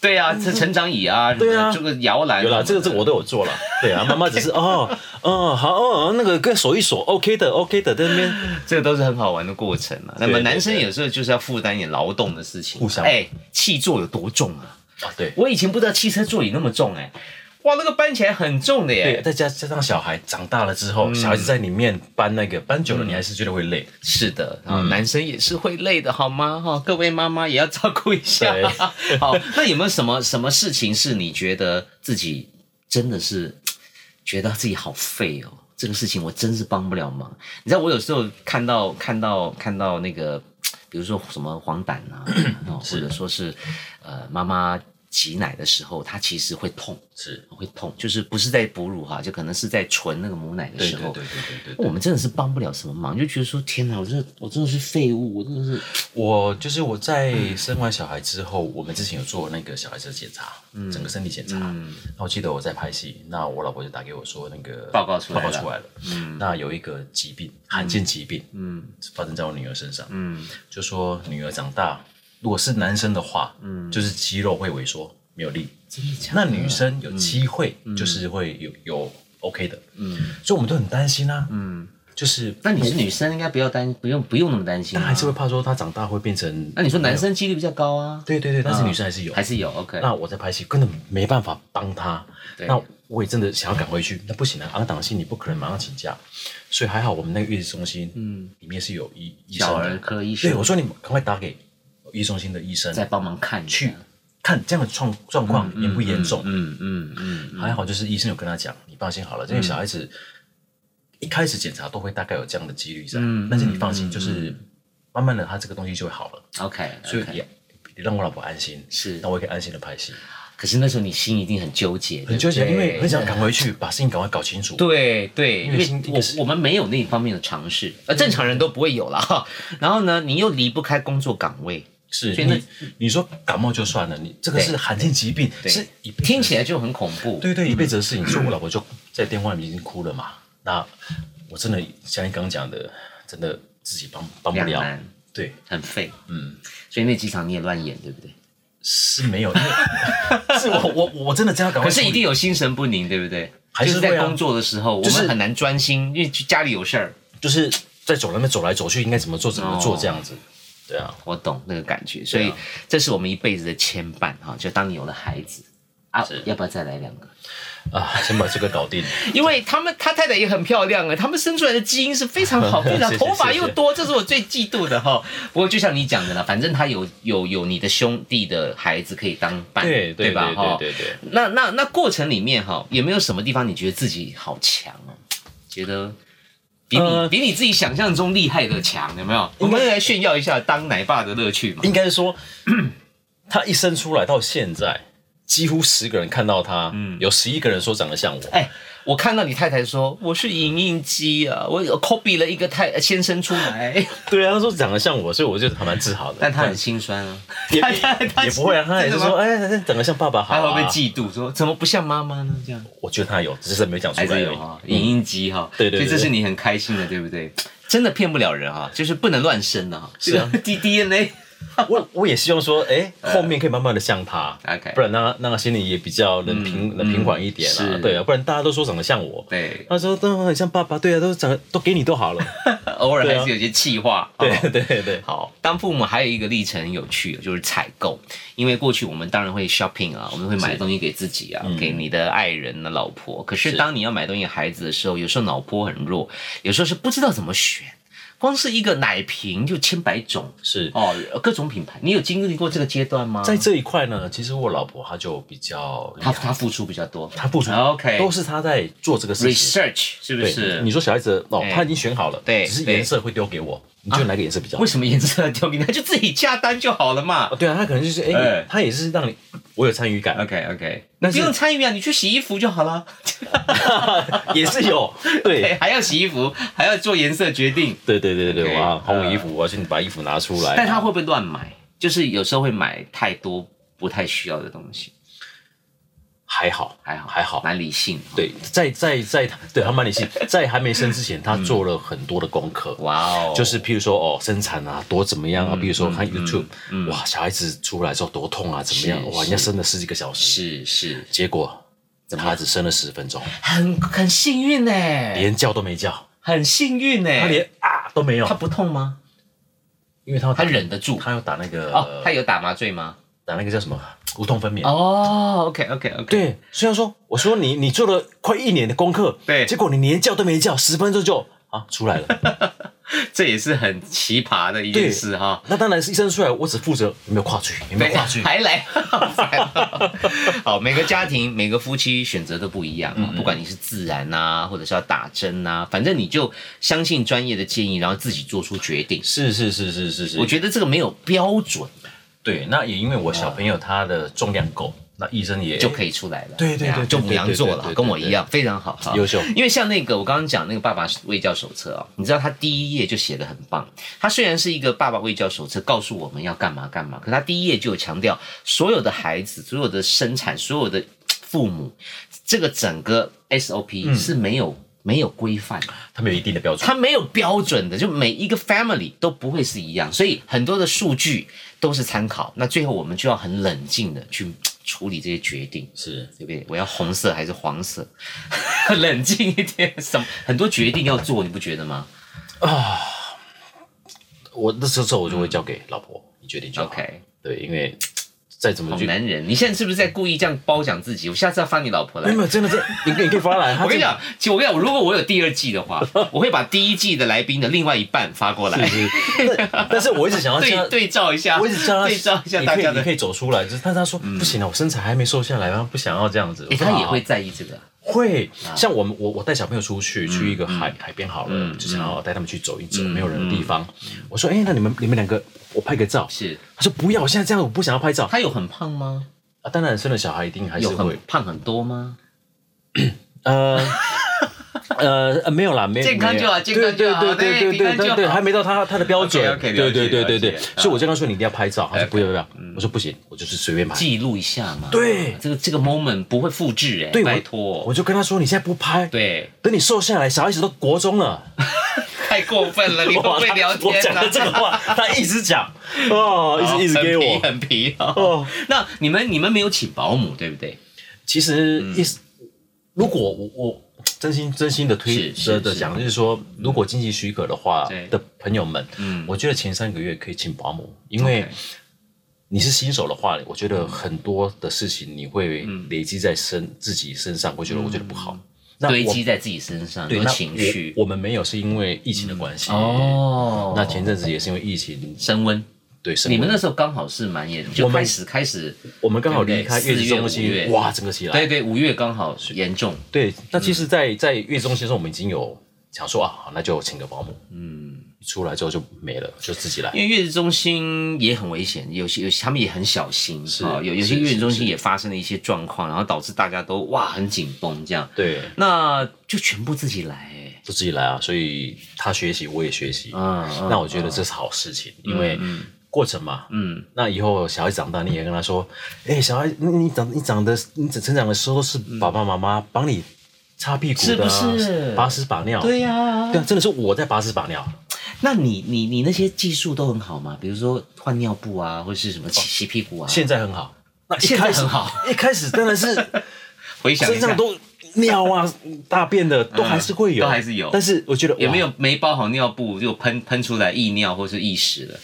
Speaker 1: 对啊，
Speaker 2: <laughs>
Speaker 1: 这成长椅啊，
Speaker 2: 对啊
Speaker 1: 什么的这个摇篮
Speaker 2: 有啦，这个这
Speaker 1: 个
Speaker 2: 个我都有做了。对啊，妈
Speaker 1: <laughs>
Speaker 2: 妈只是哦哦好哦那个跟锁一锁，OK 的 OK 的，在
Speaker 1: <laughs>
Speaker 2: 那边
Speaker 1: 这个都是很好玩的过程啊。那么
Speaker 2: 对对
Speaker 1: 男生有时候就是要负担一点劳动的事情，
Speaker 2: 互相
Speaker 1: 哎，气座有多重啊？
Speaker 2: 啊对
Speaker 1: 我以前不知道汽车座椅那么重哎、哇，那个搬起来很重的
Speaker 2: 对，啊
Speaker 1: 耶。
Speaker 2: 再加加上小孩长大了
Speaker 1: 嗯
Speaker 2: 之后，小孩子在里面搬那个搬久了，你还是觉得会累。
Speaker 1: 是的，啊、
Speaker 2: 嗯
Speaker 1: 男生也是会累的，好吗？哈、各位妈妈也要照顾一下 <laughs>
Speaker 2: 对。
Speaker 1: 好，那有没有什么什么事情是你觉得自己真的是觉得自己好废哦？这个事情我真是帮不了忙。你知道我有时候看到看到看到那个，比如说什么黄疸
Speaker 2: <clears throat>
Speaker 1: 啊，哦或者说是呃妈妈挤奶的时候，她其实会痛。
Speaker 2: 是，
Speaker 1: 会痛，就是不是在哺乳哈，就可能是在纯那个母奶的
Speaker 2: 对
Speaker 1: 时
Speaker 2: 对
Speaker 1: 候。
Speaker 2: 对对对对对。
Speaker 1: 我们真的是帮不了什么忙，就觉得说天哪，我真的我真的是废物，我真的是
Speaker 2: 我就是我在生完小孩之后，我们之前有做那个小孩子的检查，整个身体检查。那我记得我在拍戏，那我老婆就打给我说，那个
Speaker 1: 报告出来
Speaker 2: 报
Speaker 1: 了
Speaker 2: 告出来了。那有一个疾病，罕见疾病，嗯，发生在我女儿身上，嗯，就说女儿长大，如果是男生的话，嗯，就是肌肉会萎缩，没有力。
Speaker 1: 真的假的？
Speaker 2: 那女生有机会，就是会有有 OK 的，嗯，所以我们都很担心啊，嗯，就是
Speaker 1: 那你是女生，应该不要担，不用不用那么担心、
Speaker 2: 但
Speaker 1: 啊。
Speaker 2: 还是会怕说她长大会变成
Speaker 1: 那你说男生几率比较高啊？
Speaker 2: 对对对，但是
Speaker 1: 嗯
Speaker 2: 女生还是有。
Speaker 1: 还是有 OK。
Speaker 2: 那我在拍戏根本没办法帮她，
Speaker 1: 对
Speaker 2: 那我也真的想要赶回去，那不行啊，昂档戏你不可能马上请假，所以还好我们那个月子中心，嗯，里面是有医医生
Speaker 1: 小
Speaker 2: 的
Speaker 1: 儿科医
Speaker 2: 对
Speaker 1: 生
Speaker 2: 我说你赶快打给医中心的医生
Speaker 1: 再帮忙看一下
Speaker 2: 去看这样的状状况严不严重，
Speaker 1: 嗯嗯嗯，
Speaker 2: 还好就是医生有跟他讲，你放心好了，这个小孩子一开始检查都会大概有这样的几率在，
Speaker 1: 嗯
Speaker 2: 但是你放心，就是慢慢的他这个东西就会好了，
Speaker 1: 嗯，OK
Speaker 2: 所以
Speaker 1: 嗯 OK。
Speaker 2: 也也让我老婆安心，
Speaker 1: 是
Speaker 2: 那我也可以安心的拍戏。
Speaker 1: 可是那时候你心一定很纠结，
Speaker 2: 很纠结，
Speaker 1: 对
Speaker 2: 因
Speaker 1: 不对
Speaker 2: 为很想赶回去把事情赶快搞清楚。
Speaker 1: 对对，因
Speaker 2: 为
Speaker 1: 为
Speaker 2: 新一个
Speaker 1: 我
Speaker 2: 是
Speaker 1: 我们没有那方面的尝试，呃，正常人都不会有了哈。然后呢，你又离不开工作岗位，
Speaker 2: 是
Speaker 1: 所以那
Speaker 2: 你你说感冒就算了，你这个是罕见疾病，
Speaker 1: 对
Speaker 2: 是一辈子
Speaker 1: 听起来就很恐怖。
Speaker 2: 对对一辈子的事情。所以我老婆就在电话里面已经哭了嘛。那我真的像你刚刚讲的，真的自己帮帮不
Speaker 1: 两
Speaker 2: 了。
Speaker 1: 难，
Speaker 2: 对，
Speaker 1: 很废。
Speaker 2: 嗯，
Speaker 1: 所以那几场你也乱演，对不对？
Speaker 2: 是没有，因为是我我我真的这样赶快
Speaker 1: 可是
Speaker 2: 处理。
Speaker 1: 一定有心神不宁，对不对？
Speaker 2: 还
Speaker 1: 就是是
Speaker 2: 会啊
Speaker 1: 在工作的时候，我
Speaker 2: 就是
Speaker 1: 们很难专心，因为家里有事儿。
Speaker 2: 就是在走廊那边走来走去，应该怎么做怎么
Speaker 1: 哦
Speaker 2: 做这样子。对啊，
Speaker 1: 我懂那个感觉，所
Speaker 2: 对
Speaker 1: 以
Speaker 2: 啊
Speaker 1: 这是我们一辈子的牵绊哈。就当你有了孩子啊
Speaker 2: 是，
Speaker 1: 要不要再来两个？
Speaker 2: 啊，先把这个搞定。
Speaker 1: <laughs> 因为他们他太太也很漂亮啊，他们生出来的基因是非常 <laughs> 好，非常
Speaker 2: 谢谢
Speaker 1: 头发
Speaker 2: 谢谢
Speaker 1: 又多，这是我最嫉妒的哈、不过就像你讲的啦，反正他有有有你的兄弟的孩子可以当伴，
Speaker 2: 对对
Speaker 1: 吧
Speaker 2: 对
Speaker 1: 哈、
Speaker 2: 对对对
Speaker 1: 那那那过程里面哈、有没有什么地方你觉得自己好强哦？觉得比你、
Speaker 2: 呃
Speaker 1: 比你自己想象中厉害的强，有没有？我们来炫耀一下当奶爸的乐趣嘛。
Speaker 2: 应该说，他一生出来到现在，几乎十个人看到他，有十一个人说长得像我。
Speaker 1: 嗯哎，我看到你太太说我是影印机啊，我 copy 了一个太呃先生出来，
Speaker 2: 对啊，他说长得像我，所以我就还蛮自豪的。
Speaker 1: <laughs> 但他很心酸啊，
Speaker 2: 也
Speaker 1: 他他
Speaker 2: 也不会啊，他也是
Speaker 1: 真的吗
Speaker 2: 说，哎，长得像爸爸好、
Speaker 1: 他
Speaker 2: 啊。
Speaker 1: 会被嫉妒说怎么不像妈妈呢？这样
Speaker 2: 我觉得他有，只是没讲出
Speaker 1: 还
Speaker 2: 来而
Speaker 1: 是
Speaker 2: 已。
Speaker 1: 有啊哈，影印机哈，
Speaker 2: 对对
Speaker 1: 所
Speaker 2: 对
Speaker 1: 以这是你很开心的，对不对？真的骗不了人啊，就是不能乱生啊，这 <laughs> 个 D D N A
Speaker 2: 我我也希望说，
Speaker 1: <laughs>
Speaker 2: 哎、
Speaker 1: 呃
Speaker 2: 后面可以慢慢的像他
Speaker 1: OK
Speaker 2: 不然让他让他心里也比较能平、能平缓一点啊。
Speaker 1: 嗯是
Speaker 2: 对啊，不然大家都说长得像我，
Speaker 1: 对，
Speaker 2: 他说都很像爸爸，对啊，都长得都给你都好了。
Speaker 1: <laughs> 偶尔
Speaker 2: 对啊
Speaker 1: 还是有些气话，好不
Speaker 2: <laughs> 对
Speaker 1: 好
Speaker 2: 对对对，
Speaker 1: 好，当父母还有一个历程很有趣的，就是采购。因为过去我们当然会 shopping 啊，我们会买东西给自己啊，给你的爱人啊、老婆。可是
Speaker 2: 嗯是
Speaker 1: 当你要买东西给孩子的时候，有时候脑波很弱，有时候是不知道怎么选。光是一个奶瓶就千百种
Speaker 2: 是
Speaker 1: 哦，各种品牌。你有经历过这个阶段吗？
Speaker 2: 在这一块呢，其实我老婆她就比较厉
Speaker 1: 他
Speaker 2: 害，
Speaker 1: 他付出比较多
Speaker 2: 她付出
Speaker 1: OK
Speaker 2: 都是她在做这个事情。
Speaker 1: ，research 是不
Speaker 2: 对，
Speaker 1: 是？
Speaker 2: 你说小孩子哦
Speaker 1: 哎，
Speaker 2: 他已经选好了，
Speaker 1: 对
Speaker 2: 只是
Speaker 1: 对啊
Speaker 2: 颜色会丢给我，你就哪个颜色比较好
Speaker 1: 为？什么颜色丢给你？那就自己下单就好了嘛
Speaker 2: 哦。对啊，他可能就是
Speaker 1: 哎
Speaker 2: 哎，他也是让你我有参
Speaker 1: <laughs>
Speaker 2: 与感， <laughs>
Speaker 1: OK OK，
Speaker 2: 但
Speaker 1: 不
Speaker 2: 是
Speaker 1: 用参与啊，你去洗衣服就好了。
Speaker 2: 也是有，对
Speaker 1: 对， <laughs> 还要洗衣服，还要做颜色决 <laughs> 定。
Speaker 2: 对对对对
Speaker 1: OK，
Speaker 2: 对，我要红
Speaker 1: 呃
Speaker 2: 衣服，我要去把衣服拿出来。
Speaker 1: 但他会不会乱买？就是有时候会买太多不太需要的东西，
Speaker 2: 还好，
Speaker 1: 还好
Speaker 2: 还好。
Speaker 1: 蛮理性的。
Speaker 2: 对，在在在，对他蛮理性，在还没生之前，
Speaker 1: 嗯
Speaker 2: 他做了很多的功课。
Speaker 1: 哇哦，嗯
Speaker 2: 就是譬如说哦，生产啊，多怎么样啊？比如说看 YouTube，、哇，小孩子出来之后多痛啊，怎么样
Speaker 1: 是？
Speaker 2: 哇，人家生了十几个小时，
Speaker 1: 是是，
Speaker 2: 结果他只生了十分钟，
Speaker 1: 很很幸运哎，
Speaker 2: 连叫都没叫，
Speaker 1: 很幸运
Speaker 2: 他
Speaker 1: 哎，
Speaker 2: 连啊都没有
Speaker 1: 他，不痛吗？
Speaker 2: 因为他要
Speaker 1: 他
Speaker 2: 打
Speaker 1: 忍得住
Speaker 2: 他要打那个、
Speaker 1: 哦，他有打麻醉吗？
Speaker 2: 打那个叫什么无痛分娩。
Speaker 1: 哦，OK OK OK，
Speaker 2: 对，虽然说我说你你做了快一年的功课，
Speaker 1: 对
Speaker 2: 结果你连叫都没叫，十分钟就啊出来了。
Speaker 1: <laughs> 这也是很奇葩的一件
Speaker 2: 对
Speaker 1: 事哈。
Speaker 2: 那当然是医生出来，我只负责有没有跨区，有没有跨区。
Speaker 1: 还来， <laughs> 好，每个家庭、每个夫妻选择都不一
Speaker 2: 嗯
Speaker 1: 样、啊，不管你是自然啊，或者是要打针啊，反正你就相信专业的建议，然后自己做出决定。
Speaker 2: 是是是是是
Speaker 1: 我
Speaker 2: 是，
Speaker 1: 觉得这个没有标准啊
Speaker 2: 对，那也因为我小朋友他的重量够，那医生也
Speaker 1: 就可以出来了，
Speaker 2: 对对对
Speaker 1: 啊
Speaker 2: 对对
Speaker 1: 就母羊座了
Speaker 2: 对对
Speaker 1: 啊，
Speaker 2: 对
Speaker 1: 跟我一样，非常好，哈
Speaker 2: 优秀
Speaker 1: 因为像那个我刚刚讲那个《爸爸卫教手册》啊，你知道他第一页就写的很棒，他虽然是一个《爸爸卫教手册》告诉我们要干嘛干嘛，可他第一页就有强调所有的孩子、所有的生产、所有的父母，这个整个
Speaker 2: 嗯
Speaker 1: SOP 是没有、没有规范的。
Speaker 2: 他们有一定的标准。
Speaker 1: 它没有标准的，就每一个 family 都不会是一样，所以很多的数据都是参考。那最后我们就要很冷静的去处理这些决定，
Speaker 2: 是
Speaker 1: 对不对？我要红色还是黄色？ <laughs> 冷静一点，什么很多决定要做，你不觉得吗
Speaker 2: 我那时候我就会交给老婆，你决定就好。
Speaker 1: ？OK，
Speaker 2: 对，因为再怎么
Speaker 1: 好
Speaker 2: 去，没
Speaker 1: 男人，你现在是不是在故意这样褒奖自己？我下次要发你老婆来
Speaker 2: 有。没有真的是，你可以你可以发来。他
Speaker 1: 我跟你
Speaker 2: 这
Speaker 1: 讲，其实我跟你讲，如果我有第二季的话，我会把第一季的来宾的另外一半发过来，
Speaker 2: 是是，但但是我一直想要这样
Speaker 1: 对。对照一下，
Speaker 2: 我一直啊叫他，
Speaker 1: 对照一下
Speaker 2: 你
Speaker 1: 大
Speaker 2: 可以
Speaker 1: 家
Speaker 2: 你
Speaker 1: 的
Speaker 2: 可以走出来，就是，但是他说不行了，啊我身材还没瘦下来，然后不想要这样子。
Speaker 1: 欸
Speaker 2: 我说
Speaker 1: 他也
Speaker 2: 好
Speaker 1: 会在意这个。
Speaker 2: 会，像我们我我带小朋友出去，去一个海海边好了，就想要带他们去走一走，没有人的地方。我说，哎，那你们你们两个，我拍个照。
Speaker 1: 是
Speaker 2: 他说不要，我现在这样我不想要拍照。
Speaker 1: 他有很胖吗？
Speaker 2: 啊，当然生了小孩一定还是
Speaker 1: 有很
Speaker 2: 会，哎
Speaker 1: 胖很多吗？
Speaker 2: 呃。
Speaker 1: <laughs>
Speaker 2: 呃呃，没有啦，没
Speaker 1: 健康就好
Speaker 2: 没有
Speaker 1: 健康就好
Speaker 2: 对对
Speaker 1: 对
Speaker 2: 对对对
Speaker 1: 平安
Speaker 2: 对
Speaker 1: 就
Speaker 2: 对，
Speaker 1: 好
Speaker 2: 还没到他他的标准，
Speaker 1: OK，OK，了
Speaker 2: 对
Speaker 1: 解
Speaker 2: 对对对
Speaker 1: 了
Speaker 2: 对
Speaker 1: 解，嗯
Speaker 2: 所以我就跟他说你一定要拍照，他说不要不要，不要我说不行，我就是随便拍，
Speaker 1: 记录一下嘛。
Speaker 2: 对
Speaker 1: 啊这个这个 moment 不会复制哎、
Speaker 2: 对我
Speaker 1: 拜托
Speaker 2: 我。就跟他说你现在不拍，
Speaker 1: 对，
Speaker 2: 等你瘦下来，小孩子都国中了，
Speaker 1: 太过分了，你
Speaker 2: 哇
Speaker 1: 不会
Speaker 2: 他
Speaker 1: 聊
Speaker 2: <laughs> 我
Speaker 1: 天
Speaker 2: 讲
Speaker 1: 啊
Speaker 2: 的这
Speaker 1: <laughs>
Speaker 2: 个话，他一直讲，哦，
Speaker 1: 好
Speaker 2: 一直一直
Speaker 1: 很皮
Speaker 2: 给我。
Speaker 1: 很皮哦。
Speaker 2: 哦
Speaker 1: 那你们你们没有请保姆对不对？
Speaker 2: 其实
Speaker 1: 嗯
Speaker 2: 意思，如果我我真心真心的推
Speaker 1: 是是
Speaker 2: 的的
Speaker 1: 是
Speaker 2: 讲，就是说，如果经济许可的话
Speaker 1: 对
Speaker 2: 的朋友们，
Speaker 1: 嗯
Speaker 2: 我觉得前三个月可以请保姆，因为
Speaker 1: OK。嗯
Speaker 2: 你是新手的话，我觉得很多的事情你会累积在身、自己身上，会觉得我觉得不好。那
Speaker 1: 嗯
Speaker 2: 我
Speaker 1: 堆积在自己身上，
Speaker 2: 对
Speaker 1: 有
Speaker 2: 那
Speaker 1: 情绪嗯
Speaker 2: 我，我们没有是因为疫情的关系。
Speaker 1: 哦。
Speaker 2: 那前阵子也是因为疫情，
Speaker 1: 升温，
Speaker 2: 对，升
Speaker 1: 你们
Speaker 2: 温
Speaker 1: 那时候刚好是蛮严，就
Speaker 2: 我们
Speaker 1: 开始开始，
Speaker 2: 我们刚好
Speaker 1: 对
Speaker 2: 离
Speaker 1: 不对
Speaker 2: 开月子中
Speaker 1: 四月五月
Speaker 2: 心，哇，整个起来。
Speaker 1: 对对，五月刚好严重，
Speaker 2: 对，那其实在，在月子中心的时候，我们已经有想说啊，好那就请个保姆。嗯，一出来之后就没了，就
Speaker 1: <laughs>
Speaker 2: 自己来。
Speaker 1: 因为月子中心也很危险，有些有些他们也很小心，
Speaker 2: 是
Speaker 1: 啊，有有些
Speaker 2: 是
Speaker 1: 月子中
Speaker 2: 是
Speaker 1: 心也发生了一些状况，然后导致大家都哇很紧绷这样，
Speaker 2: 对，
Speaker 1: 那就全部自己来、欸，
Speaker 2: 就自己来啊，所以他学习，我也学习。
Speaker 1: 嗯嗯
Speaker 2: 那我觉得这是好事情，因为过程嘛，嗯，那以后小孩长大，你也跟他说，哎、小孩，你你长你长的，你成成长的时候是爸爸妈妈帮你擦屁股的啊、
Speaker 1: 嗯是不是
Speaker 2: 把屎把尿？
Speaker 1: 对、呀、
Speaker 2: 对啊，真的是我在把屎把尿。
Speaker 1: 那你你你那些技术都很好吗？比如说换尿布啊，或是什么洗洗屁股啊？
Speaker 2: 现在很好，那一
Speaker 1: 现在
Speaker 2: 开始
Speaker 1: 很好，
Speaker 2: 一开始真的是
Speaker 1: 回想一
Speaker 2: 身
Speaker 1: 下嗯
Speaker 2: 上，都尿啊、大便的都还是会有，
Speaker 1: 都还是有
Speaker 2: 但是我觉得
Speaker 1: 有没
Speaker 2: 哇
Speaker 1: 有没包好尿布就喷喷出来溢尿或是溢屎了？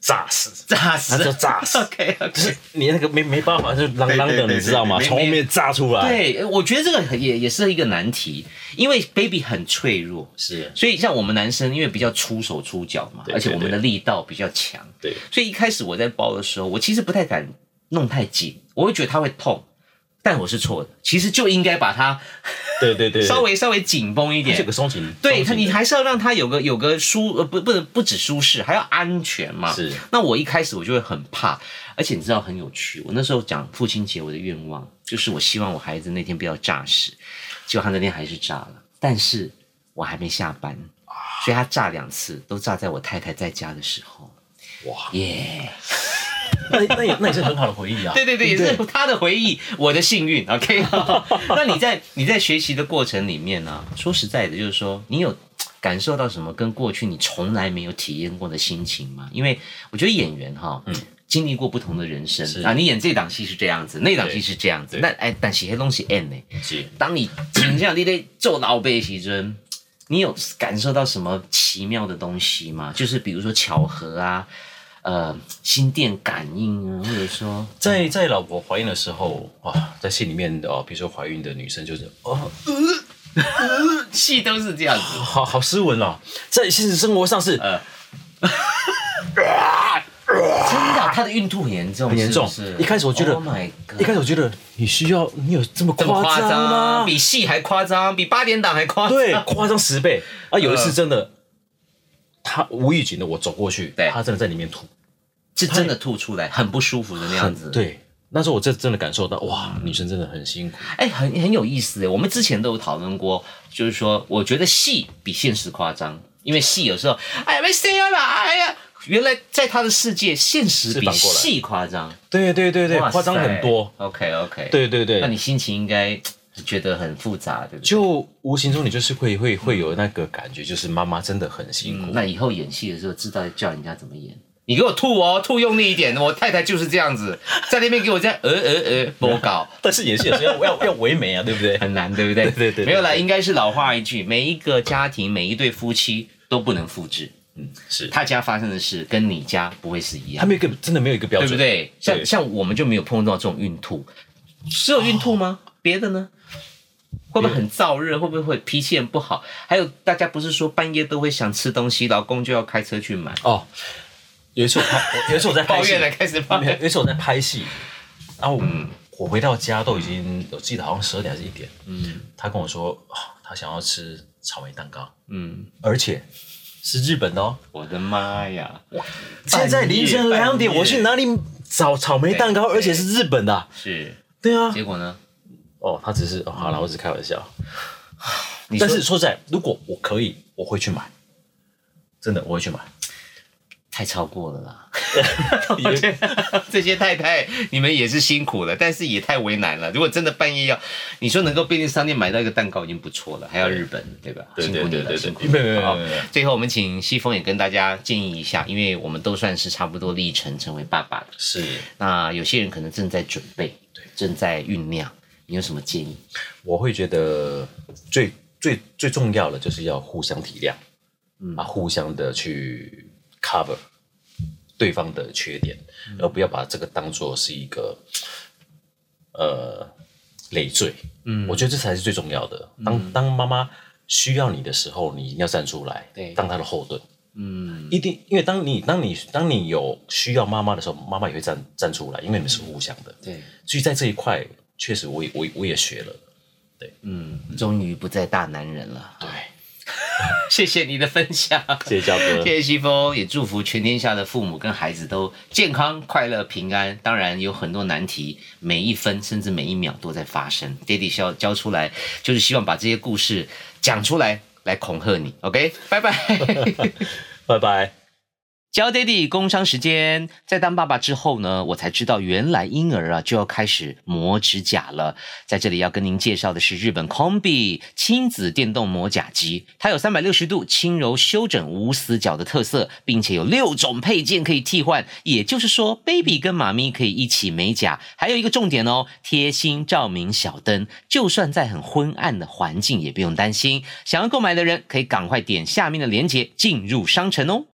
Speaker 2: 炸死？
Speaker 1: 炸死，
Speaker 2: 那叫炸
Speaker 1: <laughs>
Speaker 2: 死
Speaker 1: OK
Speaker 2: 就
Speaker 1: OK。
Speaker 2: 是你那个没没办法，就啷啷
Speaker 1: 对对
Speaker 2: 的，
Speaker 1: 对
Speaker 2: 你知道吗？
Speaker 1: 对对
Speaker 2: 从后面炸出来。
Speaker 1: 对，我觉得这个很也也是一个难题，因为 baby 很脆弱，
Speaker 2: 是
Speaker 1: 所以像我们男生，因为比较出手出脚嘛，
Speaker 2: 对
Speaker 1: 而且
Speaker 2: 对
Speaker 1: 我们的力道比较强，
Speaker 2: 对
Speaker 1: 所以一开始我在包的时候，我其实不太敢弄太紧，我会觉得它会痛，但我是错的，其实就应该把它
Speaker 2: 对对对，
Speaker 1: 稍微稍微紧绷一
Speaker 2: 这
Speaker 1: 点
Speaker 2: 个。松紧，
Speaker 1: 对
Speaker 2: 松
Speaker 1: 他，
Speaker 2: 紧
Speaker 1: 你
Speaker 2: 的
Speaker 1: 还是要让他有个有个舒呃不不能不止舒适，还要安全嘛。
Speaker 2: 是。
Speaker 1: 那我一开始我就会很怕，而且你知道很有趣，我那时候讲父亲节我的愿望就是我希望我孩子那天不要炸死，结果他那天还是炸了，但是我还没下班，所以他炸两次都炸在我太太在家的时候。
Speaker 2: 哇，
Speaker 1: 耶、
Speaker 2: 那那也那也是很好的回忆啊。
Speaker 1: <laughs> 对对对，也是他的回忆，我的幸运。OK，那 <laughs> 你在你在学习的过程里面呢、说实在的，就是说你有感受到什么跟过去你从来没有体验过的心情吗？因为我觉得演员哈、经历过不同的人生
Speaker 2: 嗯是
Speaker 1: 啊，你演这档戏是这样子，那档戏
Speaker 2: 对
Speaker 1: 是这样子，
Speaker 2: 对
Speaker 1: 那哎，但是些东西 end 呢？
Speaker 2: 是
Speaker 1: 当你真正你在做老辈时阵，你有感受到什么奇妙的东西吗？就是比如说巧合啊，呃，心电感应啊，或者说
Speaker 2: 在在老婆怀孕的时候，哇，在戏里面的哦，比如说怀孕的女生就是哦，
Speaker 1: 戏都是这样子。
Speaker 2: 好好斯文哦，在现实生活
Speaker 1: 呃
Speaker 2: 上是
Speaker 1: 真的啊、他的孕吐很严重，
Speaker 2: 很严重
Speaker 1: 是不是
Speaker 2: 一开始我觉得
Speaker 1: Oh my God，
Speaker 2: 一开始我觉得你需要你有这么
Speaker 1: 这么
Speaker 2: 夸张吗？
Speaker 1: 比戏还夸张，比八点档还夸张。
Speaker 2: 对，夸张十倍啊！有
Speaker 1: 嗯
Speaker 2: 一次真的，他无意间的我走过去
Speaker 1: 对，
Speaker 2: 他真的在里面吐，
Speaker 1: 是真的吐出来，很不舒服的那样子。，
Speaker 2: 对。那时候我真真的感受到，哇，女生真的很辛苦，
Speaker 1: 哎、很很有意思哎。我们之前都有讨论过，就是说，我觉得戏比现实夸张，因为戏有时候，哎呀，没谁啊啦，哎呀，原来在他的世界，现实
Speaker 2: 是
Speaker 1: 比
Speaker 2: 反过来
Speaker 1: 戏夸张，
Speaker 2: 对对对对，
Speaker 1: 哇塞
Speaker 2: 夸张很多，。
Speaker 1: OK OK，，
Speaker 2: 对对对。
Speaker 1: 那你心情应该觉得很复杂，对不对？
Speaker 2: 就无形中你就是会会会有那个感觉，就是妈妈真的很辛苦。
Speaker 1: 那以后演戏的时候知道叫人家怎么演。嗯你给我吐哦，吐用力一点。我太太就是这样子，在那边给我这样呃呃呃，不搞，
Speaker 2: 但是演戏也是要要要唯美啊，对不
Speaker 1: <laughs>
Speaker 2: 对？
Speaker 1: 很难，对不 <laughs> 对？
Speaker 2: 对对对对
Speaker 1: 没有啦，应该是老话一句，每一个家庭，每一对夫妻都不能复制，
Speaker 2: 嗯，是。
Speaker 1: 他家发生的事跟你家不会是一
Speaker 2: 他
Speaker 1: 样，
Speaker 2: 没有一个真的没有一个标
Speaker 1: 对
Speaker 2: 准，
Speaker 1: 不？对？像
Speaker 2: 对
Speaker 1: 像我们就没有碰到这种孕吐，只有孕吐 <gasps> 吗？别的呢？会不会很燥热？会不会会脾气很不好？还有大家不是说半夜都会想吃东西，老公就要开车去买，
Speaker 2: 哦，有一次我拍，我有一次我在拍
Speaker 1: 抱
Speaker 2: 戏
Speaker 1: 怨，了，开始抱
Speaker 2: 没有 <laughs>
Speaker 1: 怨。
Speaker 2: 有一次我在拍戏，然后我,、我回到家都已经，我记得好像十二点还是一点，嗯，他跟我说、哦他想要吃草莓蛋糕，
Speaker 1: 嗯。
Speaker 2: 而且是日本的哦。
Speaker 1: 我的妈呀！
Speaker 2: 现在凌晨两点，我去哪里找草莓蛋糕？
Speaker 1: 对
Speaker 2: 而且是日本的啊，
Speaker 1: 是？
Speaker 2: 对啊。
Speaker 1: 结果呢？
Speaker 2: 哦，他只是、哦、好了，我只是开玩笑。
Speaker 1: 你说
Speaker 2: 但是说实在，如果我可以，我会去买，真的我会去买。
Speaker 1: 太超过了啦！我觉得这些太太你们也是辛苦了，但是也太为难了。如果真的半夜要，你说能够便利商店买到一个蛋糕已经不错了，还要日本的，对吧？
Speaker 2: 对
Speaker 1: 辛苦你
Speaker 2: 对对
Speaker 1: 了，
Speaker 2: 对
Speaker 1: 辛苦
Speaker 2: 对
Speaker 1: 你了。
Speaker 2: 没有没有
Speaker 1: 好
Speaker 2: 没有没有
Speaker 1: 最后我们请西风也跟大家建议一下，因为我们都算是差不多历程成为爸爸了。
Speaker 2: 是，
Speaker 1: 那有些人可能正在准备，对，正在酝酿，你有什么建议？
Speaker 2: 我会觉得最最最重要的就是要互相体谅，啊，互相的去 cover 对方的缺点，而不要把这个当做是一个呃累赘。嗯，我觉得这才是最重要的。当当妈妈需要你的时候，你一定要站出来，
Speaker 1: 对
Speaker 2: 当她的后盾。
Speaker 1: 嗯，
Speaker 2: 一定，因为当你当你当你有需要妈妈的时候，妈妈也会站站出来，因为你们是互相的。
Speaker 1: 对，
Speaker 2: 所以在这一块，确实我也我也我也学了。
Speaker 1: 嗯，终于不再大男人了。
Speaker 2: 对，
Speaker 1: 谢谢你的分享，
Speaker 2: 谢谢嘉哥
Speaker 1: 谢谢西风，也祝福全天下的父母跟孩子都健康、快乐、平安。当然有很多难题，每一分甚至每一秒都在发生。爹地要教出来，就是希望把这些故事讲出来，来恐吓你。OK，拜拜。
Speaker 2: 拜拜。
Speaker 1: 教爹地工伤时间，在当爸爸之后呢，我才知道原来婴儿啊就要开始磨指甲了。在这里要跟您介绍的是日本 Combi 亲子电动磨甲机，它有三百六十度轻柔修整无死角的特色，并且有六种配件可以替换，也就是说，baby 跟妈咪可以一起美甲。还有一个重点哦，贴心照明小灯，就算在很昏暗的环境也不用担心。想要购买的人可以赶快点下面的链接进入商城哦。